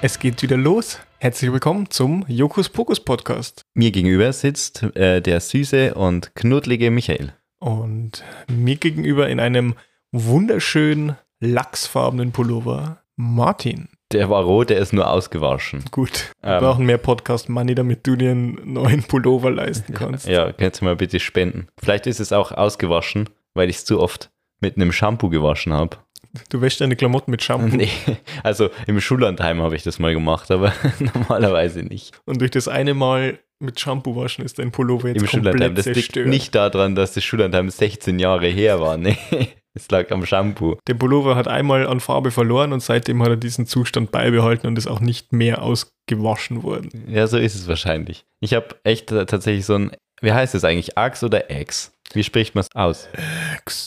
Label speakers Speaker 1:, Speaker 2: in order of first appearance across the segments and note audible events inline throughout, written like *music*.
Speaker 1: Es geht wieder los. Herzlich willkommen zum Jokus Pokus Podcast.
Speaker 2: Mir gegenüber sitzt äh, der süße und knuddelige Michael.
Speaker 1: Und mir gegenüber in einem wunderschönen lachsfarbenen Pullover Martin.
Speaker 2: Der war rot, der ist nur ausgewaschen.
Speaker 1: Gut, wir
Speaker 2: Ähm.
Speaker 1: brauchen mehr Podcast-Money, damit du dir einen neuen Pullover leisten kannst.
Speaker 2: *laughs* Ja, kannst du mal bitte spenden. Vielleicht ist es auch ausgewaschen, weil ich es zu oft mit einem Shampoo gewaschen habe.
Speaker 1: Du wäschst deine Klamotten mit Shampoo
Speaker 2: *laughs* Nee, also im Schullandheim habe ich das mal gemacht, aber *laughs* normalerweise nicht.
Speaker 1: und durch das eine Mal mit Shampoo waschen ist dein Pullover jetzt
Speaker 2: Im Schullandheim,
Speaker 1: komplett
Speaker 2: das liegt
Speaker 1: zerstört.
Speaker 2: nicht daran, dass das Schullandheim 16 Jahre her war. Nee, *laughs* es lag am Shampoo.
Speaker 1: Der Pullover hat einmal an Farbe verloren und seitdem hat er diesen Zustand beibehalten und ist auch nicht mehr ausgewaschen worden.
Speaker 2: Ja, so ist es wahrscheinlich. Ich habe echt t- tatsächlich so ein, wie heißt es eigentlich, Ax oder Ex? Wie spricht man es aus?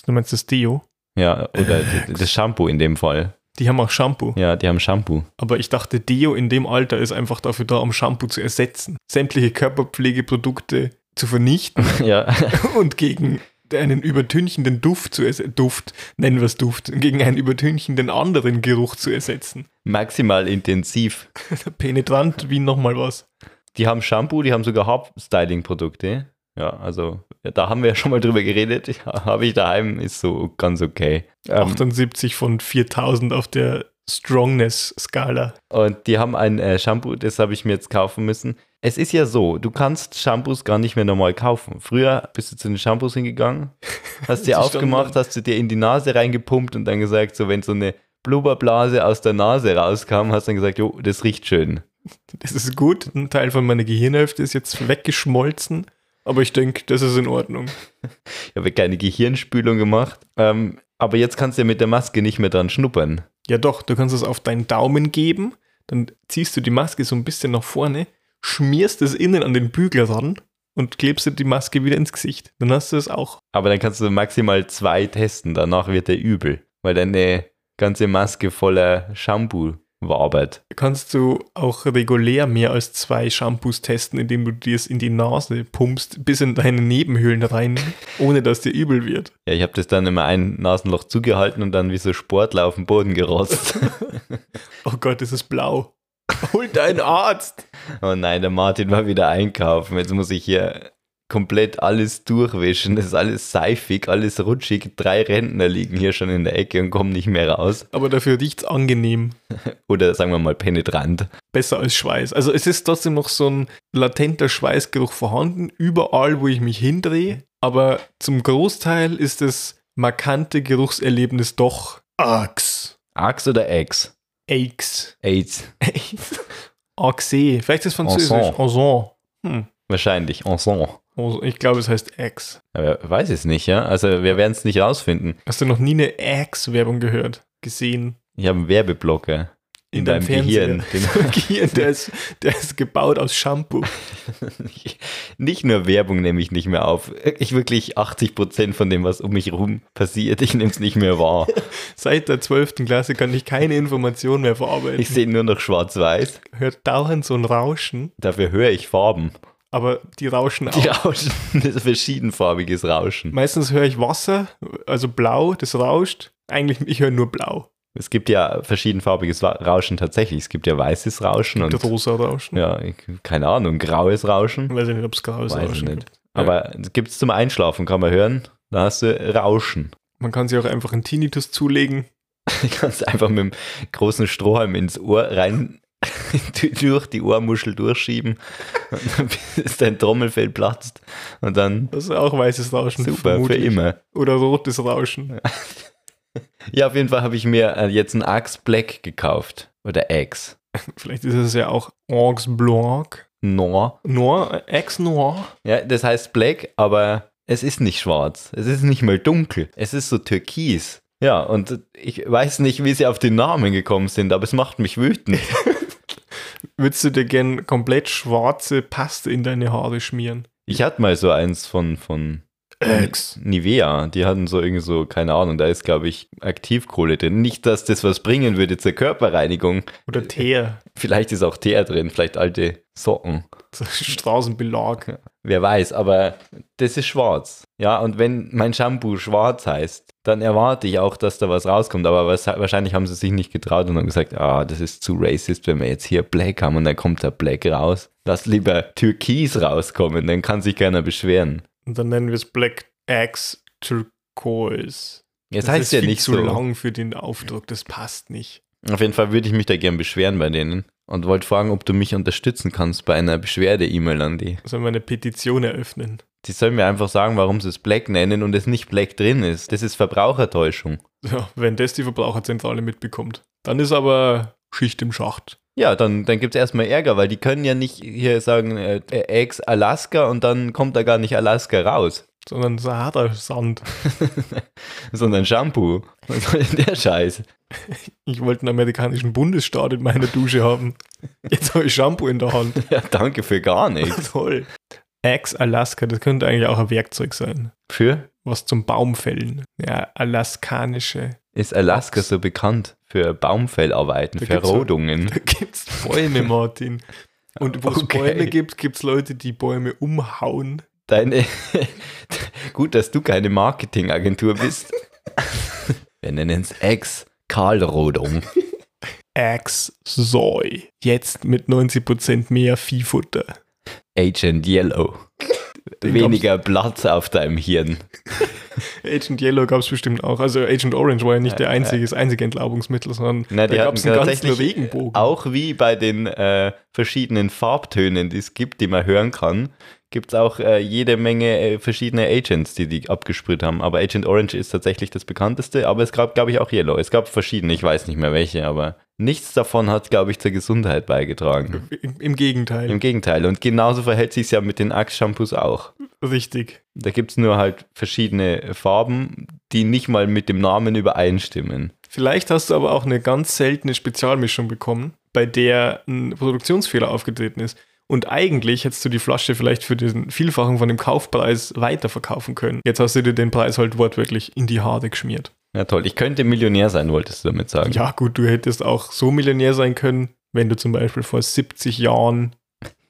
Speaker 1: Du meinst das Deo?
Speaker 2: Ja, oder d- das Shampoo in dem Fall.
Speaker 1: Die haben auch Shampoo.
Speaker 2: Ja, die haben Shampoo. *laughs*
Speaker 1: Aber ich dachte, Deo in dem Alter ist einfach dafür da, um Shampoo zu ersetzen. Sämtliche Körperpflegeprodukte zu
Speaker 2: *laughs*
Speaker 1: vernichten
Speaker 2: Ja,
Speaker 1: und gegen einen übertünchenden Duft zu ersetzen. Duft, nennen wir es Duft. Gegen einen übertünchenden anderen Geruch zu ersetzen. *laughs*
Speaker 2: maximal intensiv.
Speaker 1: Penetrant wie nochmal was.
Speaker 2: Die haben Shampoo, die haben sogar Haarstyling-Produkte. Ja, also ja, da haben wir ja schon mal drüber geredet. *laughs* Ja, Habe ich daheim, ist so ganz okay. Ähm,
Speaker 1: 78 von 4000 auf der Strongness-Skala.
Speaker 2: und die haben ein äh, Shampoo, das habe ich mir jetzt kaufen müssen. Es ist ja so, du kannst Shampoos gar nicht mehr normal kaufen. Früher bist du zu den Shampoos hingegangen, hast
Speaker 1: Die
Speaker 2: dir aufgemacht,
Speaker 1: standen-
Speaker 2: hast du dir in die Nase reingepumpt und dann gesagt, so wenn so eine Blubberblase aus der Nase rauskam, hast dann gesagt, jo, das riecht schön.
Speaker 1: Das ist gut. Ein Teil von meiner Gehirnhälfte ist jetzt weggeschmolzen. Aber ich denke, das ist in Ordnung.
Speaker 2: Ich habe keine Gehirnspülung gemacht. Ähm, aber jetzt kannst du ja mit der Maske nicht mehr dran schnuppern.
Speaker 1: Ja doch, du kannst es auf deinen Daumen geben, dann ziehst du die Maske so ein bisschen nach vorne, schmierst es innen an den Bügel ran und klebst dir die Maske wieder ins Gesicht. Dann hast du es auch.
Speaker 2: Aber dann kannst du maximal zwei testen. Danach wird der übel, weil deine ganze Maske voller Shampoo wabert.
Speaker 1: Kannst du auch regulär mehr als zwei Shampoos testen, indem du dir es in die Nase pumpst, bis in deine Nebenhöhlen rein, ohne dass dir übel wird.
Speaker 2: Ja, ich habe das dann immer ein Nasenloch zugehalten und dann wie so Sportler auf den Boden *laughs* gerotzt.
Speaker 1: Oh Gott, es ist blau. Hol deinen Arzt!
Speaker 2: oh nein, der Martin war wieder einkaufen. Jetzt muss ich hier komplett alles durchwischen. Das ist alles seifig, alles rutschig. Drei Rentner liegen hier schon in der Ecke und kommen nicht mehr raus.
Speaker 1: Aber dafür riecht's angenehm.
Speaker 2: Oder sagen wir mal penetrant.
Speaker 1: besser als Schweiß. Also es ist trotzdem noch so ein latenter Schweißgeruch vorhanden, überall, wo ich mich hindrehe. Aber zum Großteil ist das markante Geruchserlebnis doch Ax.
Speaker 2: Ax oder Ex?
Speaker 1: Aix.
Speaker 2: AIDS.
Speaker 1: *laughs* Axe. Vielleicht ist es französisch.
Speaker 2: Ensemble.
Speaker 1: Ensemble. Hm.
Speaker 2: Wahrscheinlich. Ensemble.
Speaker 1: Also ich glaube, es heißt Ax.
Speaker 2: Aber weiß es nicht, ja? Also wir werden es nicht rausfinden.
Speaker 1: Hast du noch nie eine Ax-Werbung gehört? Gesehen?
Speaker 2: Ich habe einen Werbeblocker in, deinem Gehirn.
Speaker 1: *laughs* Gehirn. Gehirn der, ist, der ist gebaut aus Shampoo.
Speaker 2: Den- *laughs* nicht nur Werbung nehme ich nicht mehr auf. Ich wirklich 80% von dem, was um mich herum passiert, ich nehme es nicht mehr wahr.
Speaker 1: Seit der 12. Klasse kann ich keine Information mehr verarbeiten.
Speaker 2: Ich sehe nur noch schwarz-weiß.
Speaker 1: hört dauernd so ein Rauschen,
Speaker 2: Dafür höre ich Farben.
Speaker 1: aber die rauschen auch.
Speaker 2: Die Rauschen, *laughs* das ist verschiedenfarbiges Rauschen.
Speaker 1: Meistens höre ich Wasser, also blau, das rauscht. Eigentlich, ich höre nur blau.
Speaker 2: Es gibt ja verschiedenfarbiges Wa- Rauschen tatsächlich. Es gibt ja weißes Rauschen
Speaker 1: Und
Speaker 2: und
Speaker 1: das rosa Rauschen.
Speaker 2: ja, ich, keine Ahnung, graues Rauschen.
Speaker 1: Ich weiß nicht, ob es graues
Speaker 2: Weiß ich
Speaker 1: Rauschen
Speaker 2: nicht.
Speaker 1: gibt.
Speaker 2: Aber gibt es zum Einschlafen, kann man hören. Da hast du Rauschen.
Speaker 1: Man kann sich auch einfach einen Tinnitus zulegen.
Speaker 2: *laughs* Du kannst einfach mit dem großen Strohhalm ins Ohr rein, *laughs* du- durch die Ohrmuschel durchschieben, *laughs* bis dein Trommelfell platzt und
Speaker 1: *laughs*
Speaker 2: dann
Speaker 1: Das ist auch weißes Rauschen.
Speaker 2: super,
Speaker 1: vermutlich.
Speaker 2: für immer.
Speaker 1: Oder rotes Rauschen.
Speaker 2: Ja, auf jeden Fall habe ich mir äh, jetzt einen Axe Black gekauft. Oder Axe.
Speaker 1: Vielleicht ist es ja auch Orgs Blanc.
Speaker 2: Noir.
Speaker 1: Noir, Ex Noir.
Speaker 2: Ja, das heißt Black, aber es ist nicht schwarz. Es ist nicht mal dunkel. Es ist so türkis. Ja, und ich weiß nicht, wie sie auf den Namen gekommen sind, aber es macht mich wütend.
Speaker 1: Würdest du dir gern komplett schwarze Paste in deine Haare schmieren?
Speaker 2: Ich hatte mal so eins von, von
Speaker 1: Ex.
Speaker 2: Nivea. Die hatten so irgendwie so, keine Ahnung, da ist, glaube ich, Aktivkohle drin. Nicht, dass das was bringen würde zur Körperreinigung.
Speaker 1: Oder Teer.
Speaker 2: Vielleicht ist auch Teer drin, vielleicht alte Socken.
Speaker 1: So Straußenbelag.
Speaker 2: Wer weiß, aber das ist schwarz. Ja, und wenn mein Shampoo schwarz heißt, dann erwarte ich auch, dass da was rauskommt. Aber was, wahrscheinlich haben sie sich nicht getraut und haben gesagt, ah, das ist zu racist, wenn wir jetzt hier Black haben und dann kommt da Black raus. Lass lieber Türkis rauskommen, dann kann sich keiner beschweren.
Speaker 1: Und dann nennen wir es Black Axe Turquoise.
Speaker 2: Jetzt heißt
Speaker 1: ist
Speaker 2: ja
Speaker 1: viel
Speaker 2: nicht
Speaker 1: zu
Speaker 2: so.
Speaker 1: lang für den Aufdruck, das passt nicht.
Speaker 2: Auf jeden Fall würde ich mich da gern beschweren bei denen und wollte fragen, ob du mich unterstützen kannst bei einer Beschwerde-E-Mail an die.
Speaker 1: Sollen wir eine Petition eröffnen?
Speaker 2: Die sollen mir einfach sagen, warum sie es Black nennen und es nicht Black drin ist. Das ist Verbrauchertäuschung.
Speaker 1: Ja, wenn das die Verbraucherzentrale mitbekommt, dann ist aber Schicht im Schacht.
Speaker 2: Ja, dann, dann gibt es erstmal Ärger, weil die können ja nicht hier sagen, äh, äh, ex Alaska und dann kommt da gar nicht Alaska raus, *laughs*
Speaker 1: Sondern Sahara-Sand.
Speaker 2: sondern Shampoo. Was soll denn der Scheiß? *laughs*
Speaker 1: Ich wollte einen amerikanischen Bundesstaat in meiner Dusche haben. Jetzt habe ich Shampoo in der Hand.
Speaker 2: *laughs*
Speaker 1: *laughs*
Speaker 2: Ja, danke für gar nichts.
Speaker 1: Toll. Axe Alaska, das könnte eigentlich auch ein Werkzeug sein.
Speaker 2: Für?
Speaker 1: Was zum Baumfällen. Ja, alaskanische.
Speaker 2: Ist Alaska so bekannt für Baumfellarbeiten,
Speaker 1: Da
Speaker 2: für
Speaker 1: gibt's so-
Speaker 2: Rodungen?
Speaker 1: Da *laughs* gibt's
Speaker 2: *laughs*
Speaker 1: Bäume, Martin. Und wo es
Speaker 2: Okay.
Speaker 1: Bäume gibt, gibt's Leute, die Bäume umhauen.
Speaker 2: Deine. *laughs* Gut, dass du keine Marketingagentur bist. Wir nennen es ex Karlrodung.
Speaker 1: Axe Soy. Jetzt mit 90% mehr Viehfutter.
Speaker 2: Agent Yellow.
Speaker 1: Den
Speaker 2: Weniger Platz auf deinem Hirn.
Speaker 1: Agent Yellow gab es bestimmt auch. Also Agent Orange war ja nicht der
Speaker 2: Ja,
Speaker 1: einzige, das einzige Entlaubungsmittel, sondern
Speaker 2: Na, Ne, die
Speaker 1: da gab
Speaker 2: hatten
Speaker 1: es einen ganzen
Speaker 2: tatsächlich
Speaker 1: Regenbogen.
Speaker 2: Auch wie bei den äh, verschiedenen Farbtönen, die es gibt, die man hören kann, gibt es auch äh, jede Menge äh, verschiedene Agents, die die abgesprüht haben. Aber Agent Orange ist tatsächlich das bekannteste, aber es gab, glaube ich, auch Yellow. Es gab verschiedene, ich weiß nicht mehr welche, aber nichts davon hat, glaube ich, zur Gesundheit beigetragen.
Speaker 1: Im, Im Gegenteil,
Speaker 2: Im Gegenteil. Und genauso verhält sich ja mit den Axe-Shampoos auch.
Speaker 1: richtig.
Speaker 2: Da gibt es nur halt verschiedene Farben, die nicht mal mit dem Namen übereinstimmen.
Speaker 1: Vielleicht hast du aber auch eine ganz seltene Spezialmischung bekommen, bei der ein Produktionsfehler aufgetreten ist. Und eigentlich hättest du die Flasche vielleicht für den Vielfachen von dem Kaufpreis weiterverkaufen können. Jetzt hast du dir den Preis halt wortwörtlich in die Haare geschmiert.
Speaker 2: Na toll, ich könnte Millionär sein, wolltest du damit sagen.
Speaker 1: Ja, gut, du hättest auch so Millionär sein können, wenn du zum Beispiel vor 70 Jahren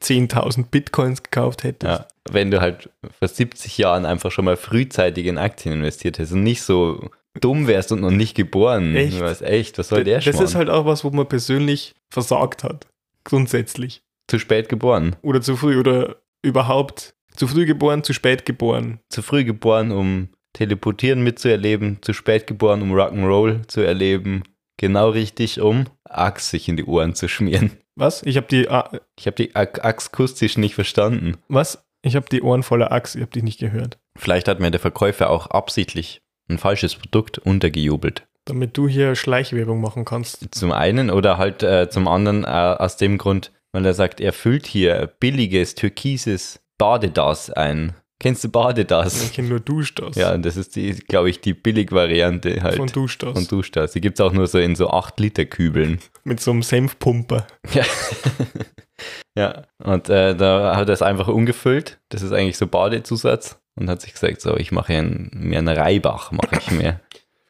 Speaker 1: 10.000 Bitcoins gekauft hättest.
Speaker 2: Ja, wenn du halt vor 70 Jahren einfach schon mal frühzeitig in Aktien investiert hättest und nicht so dumm wärst und noch nicht geboren.
Speaker 1: Echt?
Speaker 2: Du weißt, echt, was soll
Speaker 1: D-
Speaker 2: der
Speaker 1: das
Speaker 2: schon?
Speaker 1: ist halt auch was, wo man persönlich versagt hat. Grundsätzlich.
Speaker 2: zu spät geboren.
Speaker 1: Oder zu früh oder überhaupt zu früh geboren, zu spät geboren.
Speaker 2: Zu früh geboren, um Teleportieren mitzuerleben, zu spät geboren, um Rock'n'Roll zu erleben. Genau richtig, um Axt sich in die Ohren zu schmieren.
Speaker 1: Was? Ich habe die ah,
Speaker 2: Ich habe die Ak- Axt akustisch nicht verstanden.
Speaker 1: was? Ich habe die Ohren voller Axt, ich habe dich nicht gehört.
Speaker 2: Vielleicht hat mir der Verkäufer auch absichtlich ein falsches Produkt untergejubelt.
Speaker 1: Damit du hier Schleichwerbung machen kannst.
Speaker 2: Zum einen oder halt äh, zum anderen äh, aus dem Grund, weil er sagt, er füllt hier billiges, türkises Badedas ein. Kennst du
Speaker 1: Ich
Speaker 2: Badedas?
Speaker 1: kenne nur Duschdas.
Speaker 2: Ja, und das ist, die, glaube ich, die Billigvariante halt.
Speaker 1: Von
Speaker 2: Von
Speaker 1: Duschdas.
Speaker 2: Duschdas. Die gibt es auch nur so in so 8-Liter-Kübeln.
Speaker 1: Mit so einem Senfpumper.
Speaker 2: Ja. ja. Und äh, da hat er es einfach umgefüllt. Das ist eigentlich so Badezusatz. Und hat sich gesagt, so, ich mache hier einen- mir einen Reibach, mache ich mir.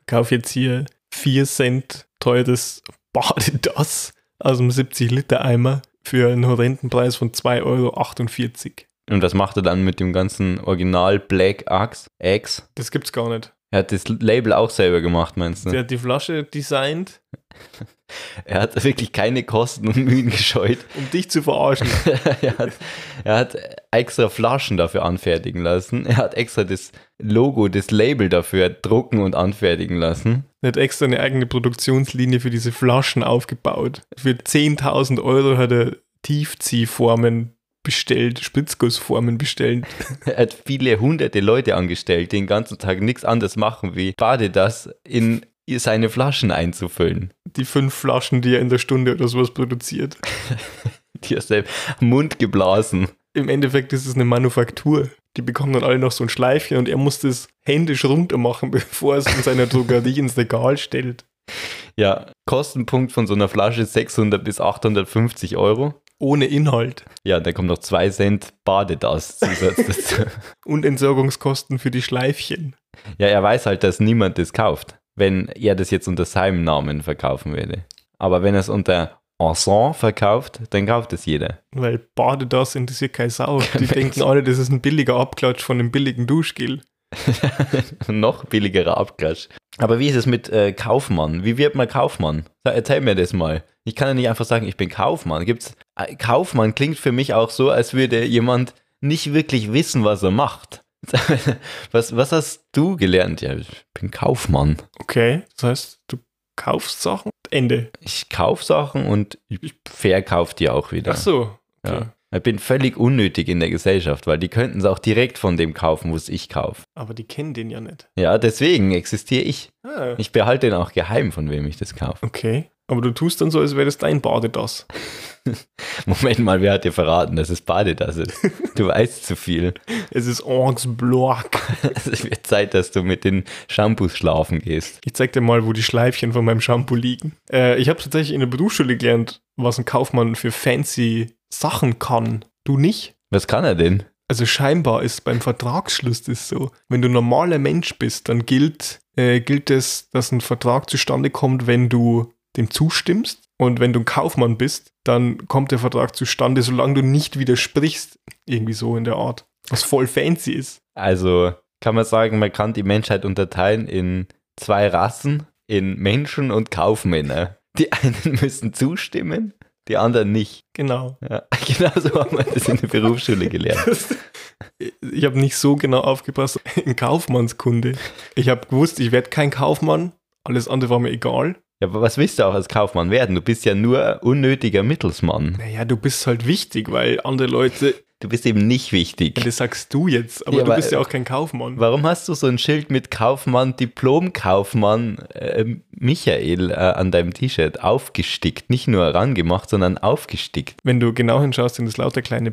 Speaker 1: Kauf jetzt hier 4 Cent teures Badedass aus einem 70-Liter-Eimer für einen horrenden Preis von 2,48 Euro.
Speaker 2: Und was macht er dann mit dem ganzen Original Black Axe? Axe?
Speaker 1: Das gibt's gar nicht.
Speaker 2: Er hat das Label auch selber gemacht, meinst
Speaker 1: Der
Speaker 2: du?
Speaker 1: hat die Flasche designt,
Speaker 2: Er hat wirklich keine Kosten und Mühen gescheut. *laughs*
Speaker 1: um dich zu verarschen.
Speaker 2: er, hat, er hat extra Flaschen dafür anfertigen lassen. Er hat extra das Logo, das Label dafür drucken und anfertigen lassen.
Speaker 1: Er hat extra eine eigene Produktionslinie für diese Flaschen aufgebaut. Für 10.000 Euro hat er Tiefziehformen bestellt, Spritzgussformen bestellt.
Speaker 2: Er hat viele hunderte Leute angestellt, die den ganzen Tag nichts anderes machen, wie Bade das in seine Flaschen einzufüllen.
Speaker 1: Die fünf Flaschen, die er in der Stunde oder sowas produziert.
Speaker 2: Die aus dem Mund geblasen.
Speaker 1: Im Endeffekt ist es eine Manufaktur. Die bekommen dann alle noch so ein Schleifchen und er muss das händisch runter machen, *laughs* bevor er es in seiner Drogerie ins Regal stellt.
Speaker 2: Ja, Kostenpunkt von so einer Flasche 600 bis 850 Euro.
Speaker 1: Ohne Inhalt.
Speaker 2: Ja, da kommt noch 2 Cent Badedast-Zusatz dazu.
Speaker 1: Und Entsorgungskosten für die Schleifchen.
Speaker 2: ja, er weiß halt, dass niemand das kauft, wenn er das jetzt unter seinem Namen verkaufen würde. Aber wenn er es unter Ensemble verkauft, dann kauft es jeder. *laughs*
Speaker 1: Weil Badedas interessiert keine Sau. Die denken alle, das ist ein billiger Abklatsch von einem billigen Duschgel.
Speaker 2: Noch billigerer Abklatsch. Aber wie ist es mit äh, Kaufmann? Wie wird man Kaufmann? Sa- Erzähl mir das mal. Ich kann ja nicht einfach sagen, ich bin Kaufmann. Gibt's äh, Kaufmann klingt für mich auch so, als würde jemand nicht wirklich wissen, was er macht. *laughs* was, was hast du gelernt? Ja, ich bin Kaufmann.
Speaker 1: Okay, das heißt, du kaufst Sachen. Ende.
Speaker 2: Ich kaufe Sachen und ich verkaufe die auch wieder.
Speaker 1: Ach so. Okay.
Speaker 2: Ja. Ich bin völlig unnötig in der Gesellschaft, weil die könnten es auch direkt von dem kaufen, was ich kaufe.
Speaker 1: Aber die kennen den ja nicht.
Speaker 2: Ja, deswegen existiere ich.
Speaker 1: Ah.
Speaker 2: Ich behalte den auch geheim, von wem ich das
Speaker 1: *laughs*
Speaker 2: kaufe.
Speaker 1: Okay. Aber du tust dann so, als wäre das dein Badedas.
Speaker 2: Moment mal, wer hat dir verraten, dass es Badedas ist? Du weißt zu viel. *laughs*
Speaker 1: Es ist Orks Block.
Speaker 2: Es wird Zeit, dass du mit den Shampoos schlafen gehst.
Speaker 1: Ich zeig dir mal, wo die Schleifchen von meinem Shampoo liegen. Äh, ich habe tatsächlich in der Berufsschule gelernt, was ein Kaufmann für fancy Sachen kann. Du nicht?
Speaker 2: Was kann er denn?
Speaker 1: Also scheinbar ist beim Vertragsschluss das so. Wenn du normaler Mensch bist, dann gilt, äh, gilt es, dass ein Vertrag zustande kommt, wenn du dem zustimmst. Und wenn du ein Kaufmann bist, dann kommt der Vertrag zustande, solange du nicht widersprichst. Irgendwie so in der Art. Was voll fancy ist.
Speaker 2: Also kann man sagen, man kann die Menschheit unterteilen in zwei Rassen, in Menschen und Kaufmänner. Die einen *laughs* müssen zustimmen, die anderen nicht.
Speaker 1: Genau.
Speaker 2: Ja, *laughs* genau so haben wir das in der Berufsschule gelernt.
Speaker 1: Ich habe nicht so genau aufgepasst in Kaufmannskunde. Ich habe gewusst, ich werde kein Kaufmann. Alles andere war mir egal.
Speaker 2: Ja, aber was willst du auch als Kaufmann werden? Du bist ja nur unnötiger Mittelsmann.
Speaker 1: Naja, du bist halt wichtig, weil andere Leute,
Speaker 2: Du bist eben nicht wichtig.
Speaker 1: ja, das sagst du jetzt, aber äh,
Speaker 2: Ja,
Speaker 1: du
Speaker 2: aber-
Speaker 1: bist ja auch kein Kaufmann.
Speaker 2: Warum hast du so ein Schild mit Kaufmann, Diplomkaufmann äh, Michael äh, an deinem T-Shirt aufgestickt? Nicht nur herangemacht, sondern aufgestickt.
Speaker 1: Wenn du genau hinschaust, sind das lauter kleine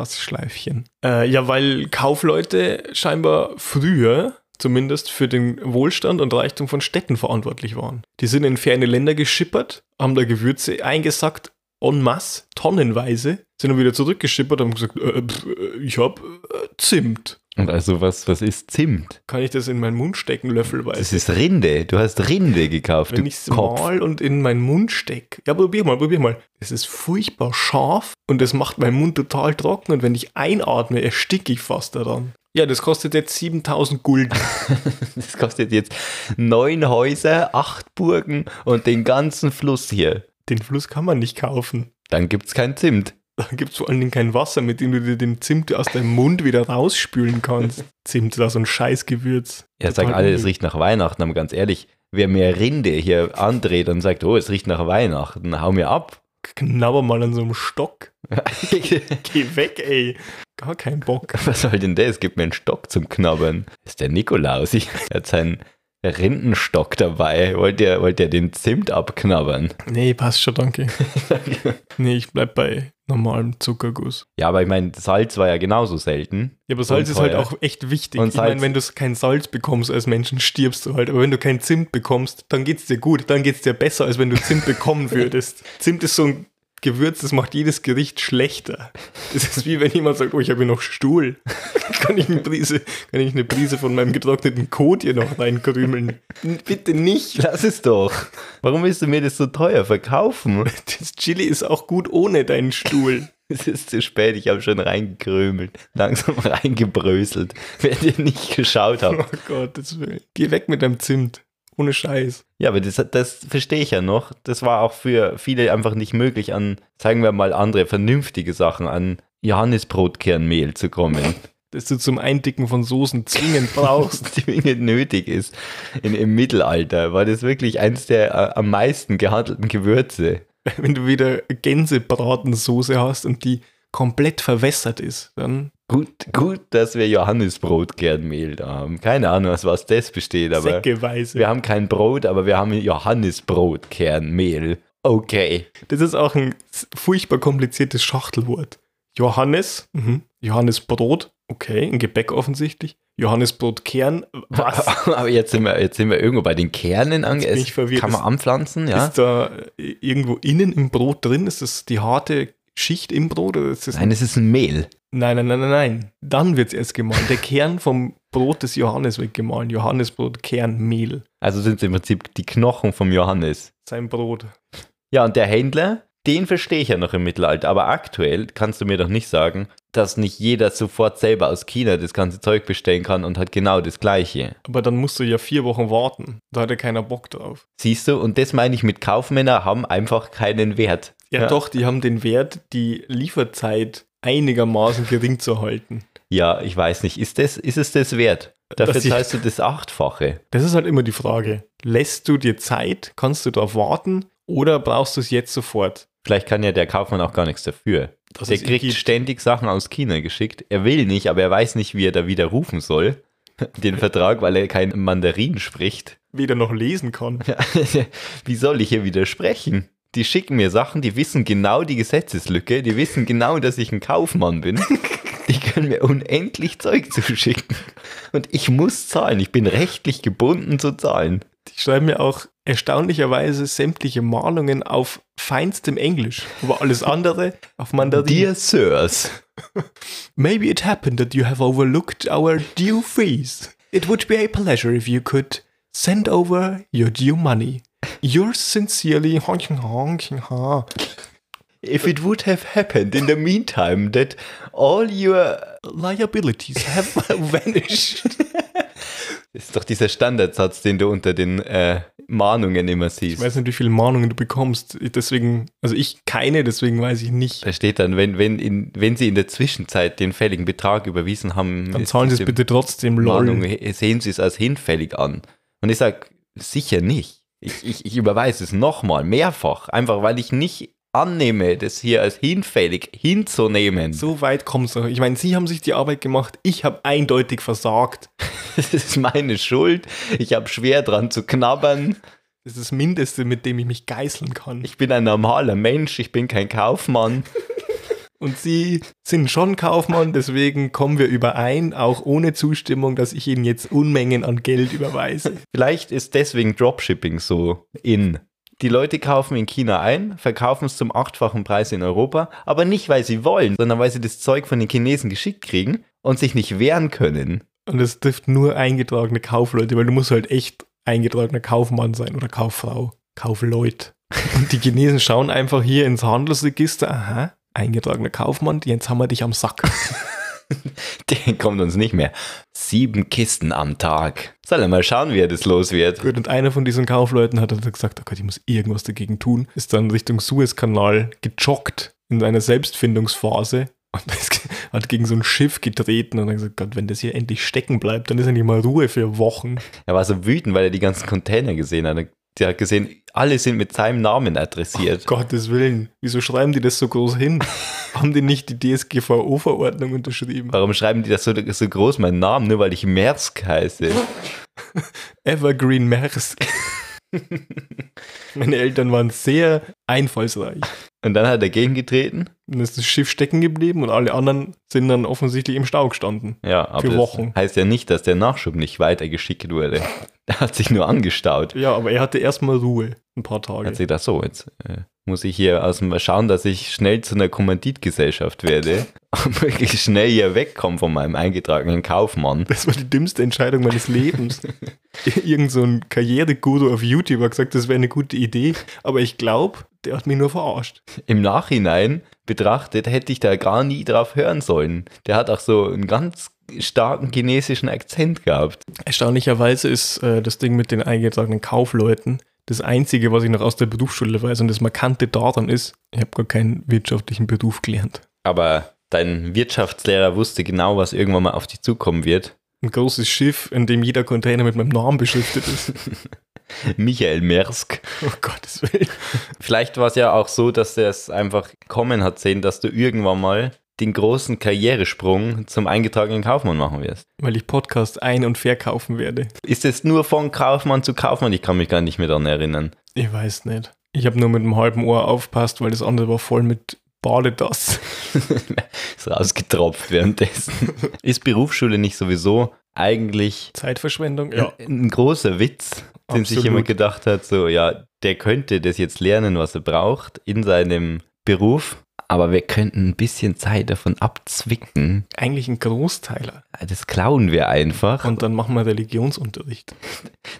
Speaker 1: Badedass-Schleifchen. Äh, ja, weil Kaufleute scheinbar früher zumindest für den Wohlstand und Reichtum von Städten verantwortlich waren. Die sind in ferne Länder geschippert, haben da Gewürze eingesackt, en masse, tonnenweise, sind dann wieder zurückgeschippert und haben gesagt, äh, pf, äh, ich hab äh, Zimt.
Speaker 2: Und also was, was ist Zimt?
Speaker 1: Kann ich das in meinen Mund stecken, löffelweise?
Speaker 2: Das ist Rinde. Du hast Rinde gekauft,
Speaker 1: Wenn
Speaker 2: du
Speaker 1: ich es
Speaker 2: Kopf.
Speaker 1: mal und in meinen Mund stecke. Ja, probier mal, probier mal. Es ist furchtbar scharf und es macht meinen Mund total trocken und wenn ich einatme, ersticke ich fast daran. Ja, das kostet jetzt 7000 Gulden. *laughs*
Speaker 2: Das kostet jetzt neun Häuser, acht Burgen und den ganzen Fluss hier.
Speaker 1: Den Fluss kann man nicht kaufen.
Speaker 2: Dann gibt's kein Zimt.
Speaker 1: Da gibt es vor allen Dingen kein Wasser, mit dem du dir den Zimt aus deinem Mund wieder rausspülen kannst. Zimt ist auch so ein Scheißgewürz.
Speaker 2: Ja, sagen alle, es riecht nach Weihnachten, aber ganz ehrlich, wer mir Rinde hier andreht und sagt, oh, es riecht nach Weihnachten, hau mir ab.
Speaker 1: Knabber mal an so einem Stock. *laughs* Geh weg, ey. Gar kein Bock.
Speaker 2: Was soll denn das? Gib mir einen Stock zum Knabbern. Das ist der Nikolaus. Ich- Er hat seinen Rindenstock dabei. Wollt ihr, wollt ihr den Zimt abknabbern?
Speaker 1: Nee, passt schon, danke. Nee, ich bleib bei normalem Zuckerguss.
Speaker 2: ja, aber ich meine, Salz war ja genauso selten.
Speaker 1: Ja, aber Salz
Speaker 2: Und
Speaker 1: ist halt
Speaker 2: teuer.
Speaker 1: auch echt wichtig.
Speaker 2: Und
Speaker 1: ich meine,
Speaker 2: Salz-
Speaker 1: wenn du kein Salz bekommst als Menschen, stirbst du halt. Aber wenn du kein Zimt bekommst, dann geht's dir gut. Dann geht's dir besser, als wenn du
Speaker 2: *laughs*
Speaker 1: Zimt bekommen würdest. Zimt ist so ein Gewürz, das macht jedes Gericht schlechter. Das ist wie wenn jemand sagt, oh, ich habe hier noch Stuhl. *laughs* kann, ich eine Prise, kann ich eine Prise von meinem getrockneten Kot hier noch reinkrümeln? N- Bitte nicht.
Speaker 2: Lass es doch. Warum willst du mir das so teuer verkaufen? *laughs*
Speaker 1: Das Chili ist auch gut ohne deinen Stuhl.
Speaker 2: Es ist zu spät, ich habe schon reingekrümelt, langsam *laughs* reingebröselt, während ihr nicht geschaut habt.
Speaker 1: *laughs* Oh Gott, das will. Geh weg mit deinem Zimt. Ohne Scheiß.
Speaker 2: Ja, aber das, das verstehe ich ja noch. Das war auch für viele einfach nicht möglich, an, sagen wir mal, andere vernünftige Sachen, an Johannisbrotkernmehl zu kommen,
Speaker 1: Dass du zum Eindicken von Soßen zwingend brauchst.
Speaker 2: *laughs* was zwingend nötig ist. In, Im Mittelalter war das wirklich eins der äh, am meisten gehandelten Gewürze.
Speaker 1: *laughs* wenn du wieder Gänsebratensoße hast und die komplett verwässert ist, dann
Speaker 2: Gut, gut, dass wir Johannisbrotkernmehl da haben. Keine Ahnung, aus was das besteht, aber
Speaker 1: säckeweise.
Speaker 2: wir haben kein Brot, aber wir haben Johannisbrotkernmehl. Okay.
Speaker 1: Das ist auch ein s- furchtbar kompliziertes Schachtelwort. Johannes, mhm. Johannesbrot, okay, ein Gebäck offensichtlich. Johannesbrotkern, was?
Speaker 2: Aber jetzt sind wir, jetzt sind wir irgendwo bei den
Speaker 1: bin
Speaker 2: Kernen
Speaker 1: ich
Speaker 2: angeessen.
Speaker 1: verwirrt.
Speaker 2: Kann man
Speaker 1: Ist-
Speaker 2: anpflanzen, *laughs* ja?
Speaker 1: Ist da äh, irgendwo innen im Brot drin? Ist das die harte Schicht im Brot? Oder ist das
Speaker 2: Nein, es ist ein Mehl.
Speaker 1: nein, nein, nein, nein, nein. Dann wird es erst gemahlen. Der Kern vom Brot des Johannes wird gemahlen. Johannesbrot, Kern, Mehl.
Speaker 2: Also sind es im Prinzip die Knochen vom Johannes.
Speaker 1: Sein Brot.
Speaker 2: Ja, und der Händler, den verstehe ich ja noch im Mittelalter. Aber aktuell kannst du mir doch nicht sagen, dass nicht jeder sofort selber aus China das ganze Zeug bestellen kann und hat genau das Gleiche.
Speaker 1: Aber dann musst du ja vier Wochen warten. Da hat ja keiner Bock drauf.
Speaker 2: Siehst du? Und das meine ich mit Kaufmänner haben einfach keinen Wert.
Speaker 1: Ja, doch, die haben den Wert, die Lieferzeit einigermaßen gering zu halten.
Speaker 2: Ja, ich weiß nicht. Ist, das, ist es das wert? Dafür
Speaker 1: Dass ich-
Speaker 2: zahlst du das Achtfache.
Speaker 1: Das ist halt immer die Frage. Lässt du dir Zeit? Kannst du darauf warten? Oder brauchst du es jetzt sofort?
Speaker 2: Vielleicht kann ja der Kaufmann auch gar nichts dafür.
Speaker 1: Das
Speaker 2: der
Speaker 1: ist
Speaker 2: kriegt
Speaker 1: eklig.
Speaker 2: ständig Sachen aus China geschickt. Er will nicht, aber er weiß nicht, wie er da widerrufen soll. *laughs* Den Vertrag, weil er kein Mandarin spricht.
Speaker 1: Weder noch lesen kann.
Speaker 2: *laughs* wie soll ich hier widersprechen? Die schicken mir Sachen, die wissen genau die Gesetzeslücke, die wissen genau, dass ich ein Kaufmann
Speaker 1: *laughs*
Speaker 2: bin. Die können mir unendlich Zeug zuschicken. Und ich muss zahlen. Ich bin rechtlich gebunden zu zahlen.
Speaker 1: Die schreiben mir auch erstaunlicherweise sämtliche Mahnungen auf feinstem Englisch. Aber alles andere auf Mandarin.
Speaker 2: Dear Sirs.
Speaker 1: Maybe it happened that you have overlooked our due fees. It would be a pleasure if you could send over your due money. Yours sincerely, honking honking ha.
Speaker 2: If it would have happened in the meantime that all your.
Speaker 1: Liabilities have *laughs* vanished.
Speaker 2: Das ist doch dieser Standardsatz, den du unter den äh, Mahnungen immer
Speaker 1: Ich
Speaker 2: siehst.
Speaker 1: weiß nicht, wie viele Mahnungen du bekommst. Ich- Deswegen, also ich keine, deswegen weiß ich nicht.
Speaker 2: Da steht dann, wenn, wenn, in, wenn sie in der Zwischenzeit den fälligen Betrag überwiesen haben,
Speaker 1: Dann zahlen sie es
Speaker 2: diese
Speaker 1: bitte trotzdem,
Speaker 2: Mahnung,
Speaker 1: lol.
Speaker 2: sehen sie es als hinfällig an. Und ich sage, sicher nicht. Ich, ich, ich überweise es nochmal, mehrfach, einfach weil ich nicht annehme, das hier als hinfällig hinzunehmen.
Speaker 1: So weit kommst du. Ich meine, sie haben sich die Arbeit gemacht. Ich habe eindeutig versagt.
Speaker 2: *laughs* Das ist meine Schuld. Ich habe schwer dran zu knabbern.
Speaker 1: Das ist das Mindeste, mit dem ich mich geißeln kann.
Speaker 2: Ich bin ein normaler Mensch, ich bin
Speaker 1: *laughs*
Speaker 2: kein Kaufmann.
Speaker 1: Und Sie sind schon Kaufmann, deswegen kommen wir überein, auch ohne Zustimmung, dass ich Ihnen jetzt Unmengen an Geld überweise.
Speaker 2: Vielleicht ist deswegen Dropshipping so in. Die Leute kaufen in China ein, verkaufen es zum achtfachen Preis in Europa, aber nicht, weil sie wollen, sondern weil sie das Zeug von den Chinesen geschickt kriegen und sich nicht wehren können.
Speaker 1: Und das trifft nur eingetragene Kaufleute, weil du musst halt echt eingetragener Kaufmann sein oder Kauffrau, Kaufleut. Und die Chinesen schauen einfach hier ins Handelsregister, aha, eingetragener Kaufmann, jetzt haben wir dich am Sack.
Speaker 2: *laughs* Der kommt uns nicht mehr. Sieben Kisten am Tag. Soll er mal schauen, wie er das los wird.
Speaker 1: Gut, und einer von diesen Kaufleuten hat dann gesagt, oh Gott, ich muss irgendwas dagegen tun, ist dann Richtung Suezkanal gejoggt in einer Selbstfindungsphase und *laughs* ist, hat gegen so ein Schiff getreten und hat gesagt, Gott, wenn das hier endlich stecken bleibt, dann ist eigentlich mal Ruhe für Wochen.
Speaker 2: Er war so wütend, weil er die ganzen Container gesehen hat. Der hat gesehen, alle sind mit seinem Namen adressiert.
Speaker 1: Gottes Willen, wieso schreiben die das so groß hin? Haben die nicht die DSGVO-Verordnung unterschrieben?
Speaker 2: Warum schreiben die das so, so groß, meinen Namen, nur weil ich Mersk heiße?
Speaker 1: Evergreen Maersk. Meine Eltern waren sehr einfallsreich.
Speaker 2: Und dann hat er gegengetreten.
Speaker 1: Dann ist das Schiff stecken geblieben und alle anderen sind dann offensichtlich im Stau gestanden.
Speaker 2: Ja, aber
Speaker 1: Für
Speaker 2: das
Speaker 1: Wochen.
Speaker 2: heißt ja nicht, dass der Nachschub nicht weitergeschickt wurde. *laughs* Der hat sich nur angestaut.
Speaker 1: Ja, aber er hatte erstmal Ruhe, ein paar Tage.
Speaker 2: Hat sich gedacht, so, jetzt äh, muss ich hier aus dem schauen, dass ich schnell zu einer Kommanditgesellschaft werde und *laughs* wirklich schnell hier wegkomme von meinem eingetragenen Kaufmann.
Speaker 1: Das war die dümmste Entscheidung meines *laughs* Lebens. Irgend so ein Karriereguru auf YouTube hat gesagt, das wäre eine gute Idee, aber ich glaube, der hat mich nur verarscht.
Speaker 2: Im Nachhinein betrachtet hätte ich da gar nie drauf hören sollen. Der hat auch so einen ganz starken chinesischen Akzent gehabt.
Speaker 1: Erstaunlicherweise ist äh, das Ding mit den eingetragenen Kaufleuten das Einzige, was ich noch aus der Berufsschule weiß und das Markante daran ist, ich habe gar keinen wirtschaftlichen Beruf gelernt.
Speaker 2: Aber dein Wirtschaftslehrer wusste genau, was irgendwann mal auf dich zukommen wird.
Speaker 1: Ein großes Schiff, in dem jeder Container mit meinem Namen beschriftet *laughs* ist.
Speaker 2: Michael Mersk.
Speaker 1: oh Gottes Willen.
Speaker 2: Vielleicht war es ja auch so, dass er es einfach kommen hat sehen, dass du irgendwann mal den großen Karrieresprung zum eingetragenen Kaufmann machen wirst.
Speaker 1: Weil ich Podcast ein- und verkaufen werde.
Speaker 2: Ist es nur von Kaufmann zu Kaufmann? Ich kann mich gar nicht mehr daran erinnern. *laughs*
Speaker 1: Ich weiß nicht. Ich habe nur mit einem halben Ohr aufpasst, weil das andere war voll mit Badedass.
Speaker 2: ist rausgetropft währenddessen. ist Berufsschule nicht sowieso eigentlich
Speaker 1: *laughs* Zeitverschwendung? Äh,
Speaker 2: ein großer Witz, den sich
Speaker 1: Absolut.
Speaker 2: jemand gedacht hat, so, ja, der könnte das jetzt lernen, was er braucht in seinem Beruf, Aber wir könnten ein bisschen Zeit davon abzwicken.
Speaker 1: Eigentlich ein Großteiler.
Speaker 2: Das klauen wir einfach.
Speaker 1: Und dann machen wir Religionsunterricht.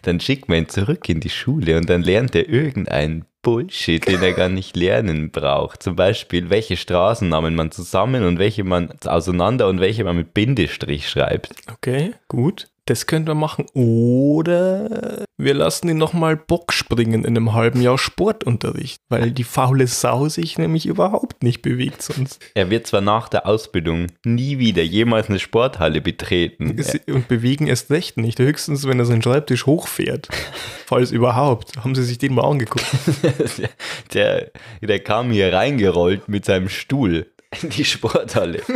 Speaker 2: Dann schickt man ihn zurück in die Schule und dann lernt er irgendeinen Bullshit, den er gar nicht lernen braucht. Zum Beispiel, welche Straßennamen man zusammen und welche man auseinander und welche man mit Bindestrich schreibt.
Speaker 1: Okay, gut. Das könnten wir machen. Oder wir lassen ihn nochmal Bock springen in einem halben Jahr Sportunterricht, weil die faule Sau sich nämlich überhaupt nicht bewegt sonst.
Speaker 2: Er wird zwar nach der Ausbildung nie wieder jemals eine Sporthalle betreten.
Speaker 1: Und bewegen erst recht nicht. Höchstens, wenn er seinen Schreibtisch hochfährt.
Speaker 2: *laughs*
Speaker 1: Falls überhaupt. Haben Sie sich den mal angeguckt?
Speaker 2: der, der kam hier reingerollt mit seinem Stuhl in die Sporthalle. *laughs*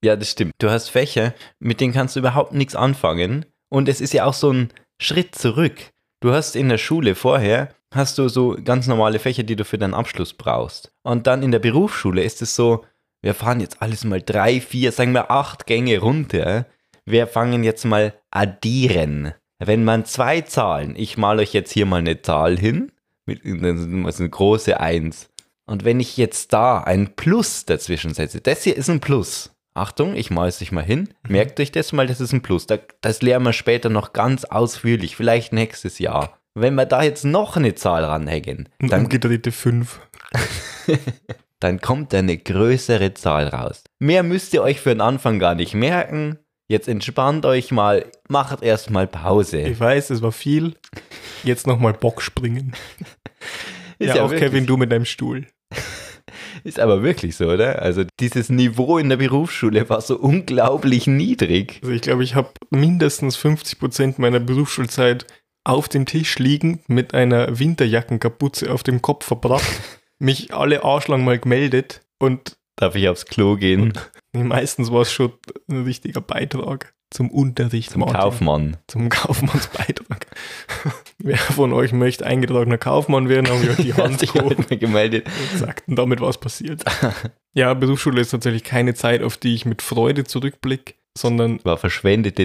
Speaker 2: Ja, das stimmt. Du hast Fächer, mit denen kannst du überhaupt nichts anfangen. Und es ist ja auch so ein Schritt zurück. Du hast in der Schule vorher, hast du so ganz normale Fächer, die du für deinen Abschluss brauchst. Und dann in der Berufsschule ist es so, wir fahren jetzt alles mal drei, vier, sagen wir acht Gänge runter. Wir fangen jetzt mal addieren. Wenn man zwei Zahlen, ich mal euch jetzt hier mal eine Zahl hin, mit, das ist eine große Eins. Und wenn ich jetzt da ein Plus dazwischen setze, das hier ist ein Plus. Achtung, ich mal es dich mal hin. Merkt euch das mal, das ist ein Plus. Da, das lernen wir später noch ganz ausführlich, vielleicht nächstes Jahr. Wenn wir da jetzt noch eine Zahl ranhängen,
Speaker 1: Eine
Speaker 2: dann,
Speaker 1: umgedrehte 5.
Speaker 2: dann kommt da eine größere Zahl raus. Mehr müsst ihr euch für den Anfang gar nicht merken. Jetzt entspannt euch mal, macht erstmal Pause.
Speaker 1: Ich weiß, es war viel. Jetzt nochmal Bock springen.
Speaker 2: Ist
Speaker 1: ja, auch
Speaker 2: wirklich-
Speaker 1: Kevin, du mit deinem Stuhl.
Speaker 2: Ist aber wirklich so, oder? Also dieses Niveau in der Berufsschule war so unglaublich niedrig.
Speaker 1: Also ich glaube, ich habe mindestens 50% meiner Berufsschulzeit auf dem Tisch liegend mit einer Winterjackenkapuze auf dem Kopf
Speaker 2: *laughs*
Speaker 1: verbracht, mich alle Arschlang mal gemeldet und
Speaker 2: Darf ich aufs Klo gehen?
Speaker 1: meistens war es schon ein richtiger Beitrag zum Unterricht.
Speaker 2: Zum
Speaker 1: Martin.
Speaker 2: Kaufmann.
Speaker 1: Zum Kaufmannsbeitrag. *laughs* Wer von euch möchte eingetragener Kaufmann werden, haben wir
Speaker 2: *laughs*
Speaker 1: die
Speaker 2: Hat
Speaker 1: Hand
Speaker 2: sich
Speaker 1: hoch
Speaker 2: heute mal gemeldet.
Speaker 1: und sagten damit, was passiert. *laughs* Ja, Berufsschule ist tatsächlich keine Zeit, auf die ich mit Freude zurückblicke, sondern
Speaker 2: War verschwendete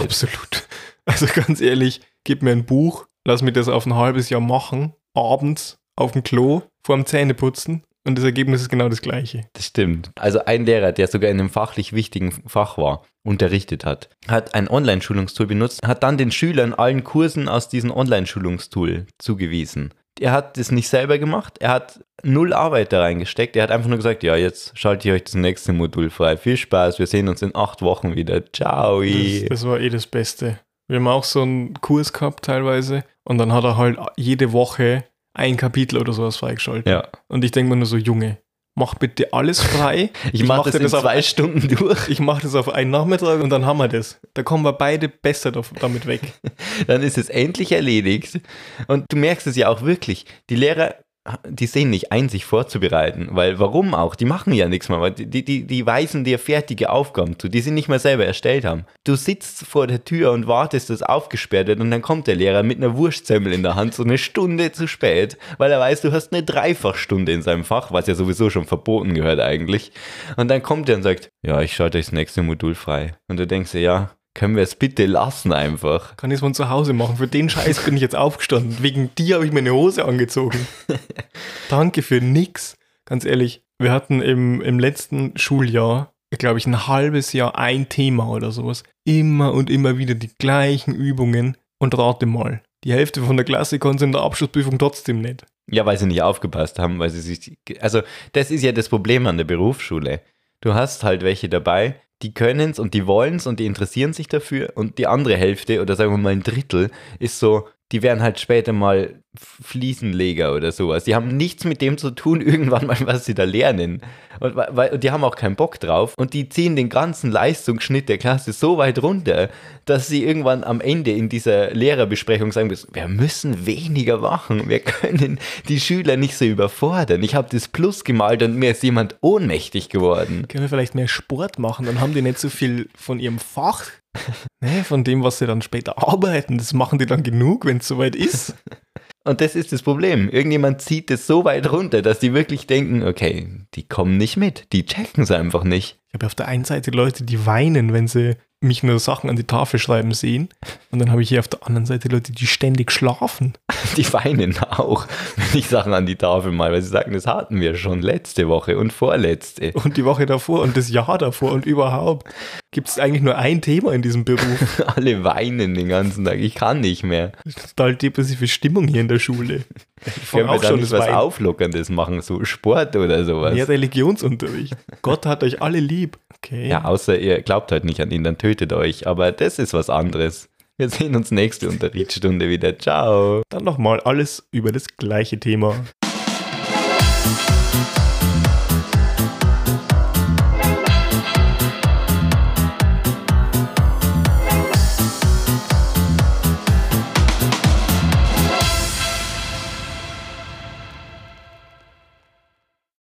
Speaker 1: *laughs* Absolut. Also ganz ehrlich, gib mir ein Buch, lass mich das auf ein halbes Jahr machen, abends auf dem Klo, vor dem Zähneputzen und das Ergebnis ist genau das gleiche.
Speaker 2: Das stimmt. Also ein Lehrer, der sogar in einem fachlich wichtigen Fach war, unterrichtet hat, hat ein Online-Schulungstool benutzt, hat dann den Schülern allen Kursen aus diesem Online-Schulungstool zugewiesen. Er hat das nicht selber gemacht, er hat null Arbeit da reingesteckt, er hat einfach nur gesagt, ja, jetzt schalte ich euch das nächste Modul frei. Viel Spaß, wir sehen uns in acht Wochen wieder. Ciao.
Speaker 1: Das, das war eh das Beste. Wir haben auch so einen Kurs gehabt teilweise und dann hat er halt jede Woche ein Kapitel oder sowas freigeschaltet.
Speaker 2: Ja,
Speaker 1: Und ich denke mir nur so, Junge, mach bitte alles frei.
Speaker 2: *laughs* ich, mache das in
Speaker 1: auf,
Speaker 2: zwei Stunden durch.
Speaker 1: ich mach das auf einen Nachmittag und dann haben wir das. Da kommen wir beide besser dav- damit weg.
Speaker 2: dann ist es endlich erledigt. Und du merkst es ja auch wirklich. Die Lehrer, die sehen nicht ein, sich vorzubereiten, weil warum auch? Die machen ja nichts mehr, weil die, die, die weisen dir fertige Aufgaben zu, die sie nicht mal selber erstellt haben. Du sitzt vor der Tür und wartest, dass aufgesperrt wird und dann kommt der Lehrer mit einer Wurstsemmel in der Hand so eine Stunde zu spät, weil er weiß, du hast eine Dreifachstunde in seinem Fach, was ja sowieso schon verboten gehört eigentlich. Und dann kommt er und sagt, ja, ich schalte euch das nächste Modul frei. Und du denkst dir, ja, können wir es bitte lassen einfach.
Speaker 1: Kann ich es von zu Hause machen? Für den Scheiß bin ich jetzt aufgestanden. Wegen dir habe ich meine Hose angezogen. Danke für nix. Ganz ehrlich, wir hatten im, im letzten Schuljahr, glaube ich, ein halbes Jahr ein Thema oder sowas. Immer und immer wieder die gleichen Übungen. Und rate mal, die Hälfte von der Klasse konnte in der Abschlussprüfung trotzdem nicht.
Speaker 2: Ja, weil sie nicht aufgepasst haben, weil sie sich. Also, das ist ja das Problem an der Berufsschule. Du hast halt welche dabei, die können es und die wollen es und die interessieren sich dafür. Und die andere Hälfte, oder sagen wir mal ein Drittel, ist so, die werden halt später mal Fliesenleger oder sowas. Die haben nichts mit dem zu tun, *laughs* irgendwann mal, was sie da lernen. Und, wa- weil, und die haben auch keinen Bock drauf. Und die ziehen den ganzen Leistungsschnitt der Klasse so weit runter, dass sie irgendwann am Ende in dieser Lehrerbesprechung sagen müssen, wir müssen weniger machen. Wir können die Schüler nicht so überfordern. Ich habe das Plus gemalt und mir ist jemand ohnmächtig geworden.
Speaker 1: Können wir vielleicht mehr Sport machen? Dann haben die nicht so viel von ihrem Fach. Ne, von dem, was sie dann später arbeiten. Das machen die dann genug, wenn es soweit ist.
Speaker 2: Und das ist das Problem. Irgendjemand zieht es so weit runter, dass die wirklich denken, okay, die kommen nicht *laughs* mit. Die checken es einfach nicht.
Speaker 1: Ich habe auf der einen Seite Leute, die weinen, wenn sie mich nur Sachen an die Tafel schreiben sehen. Und dann habe ich hier auf der anderen Seite Leute, die ständig schlafen.
Speaker 2: Die weinen auch, *laughs* wenn ich Sachen an die Tafel mal, weil sie sagen, das hatten wir schon letzte Woche und vorletzte.
Speaker 1: Und die Woche davor und das Jahr davor und überhaupt. Gibt es eigentlich nur ein Thema in diesem Beruf?
Speaker 2: Alle weinen den ganzen Tag. Ich kann nicht mehr.
Speaker 1: Total halt depressive Stimmung hier in der Schule. Ich
Speaker 2: Können wir da nicht was
Speaker 1: Weinen.
Speaker 2: Auflockerndes machen, so Sport oder sowas?
Speaker 1: Mehr Religionsunterricht. Gott hat euch alle lieb. Okay.
Speaker 2: Ja, außer ihr glaubt halt nicht an ihn, dann tötet euch. Aber das ist was anderes. Wir sehen uns nächste Unterrichtsstunde wieder. Ciao.
Speaker 1: Dann nochmal alles über das gleiche Thema.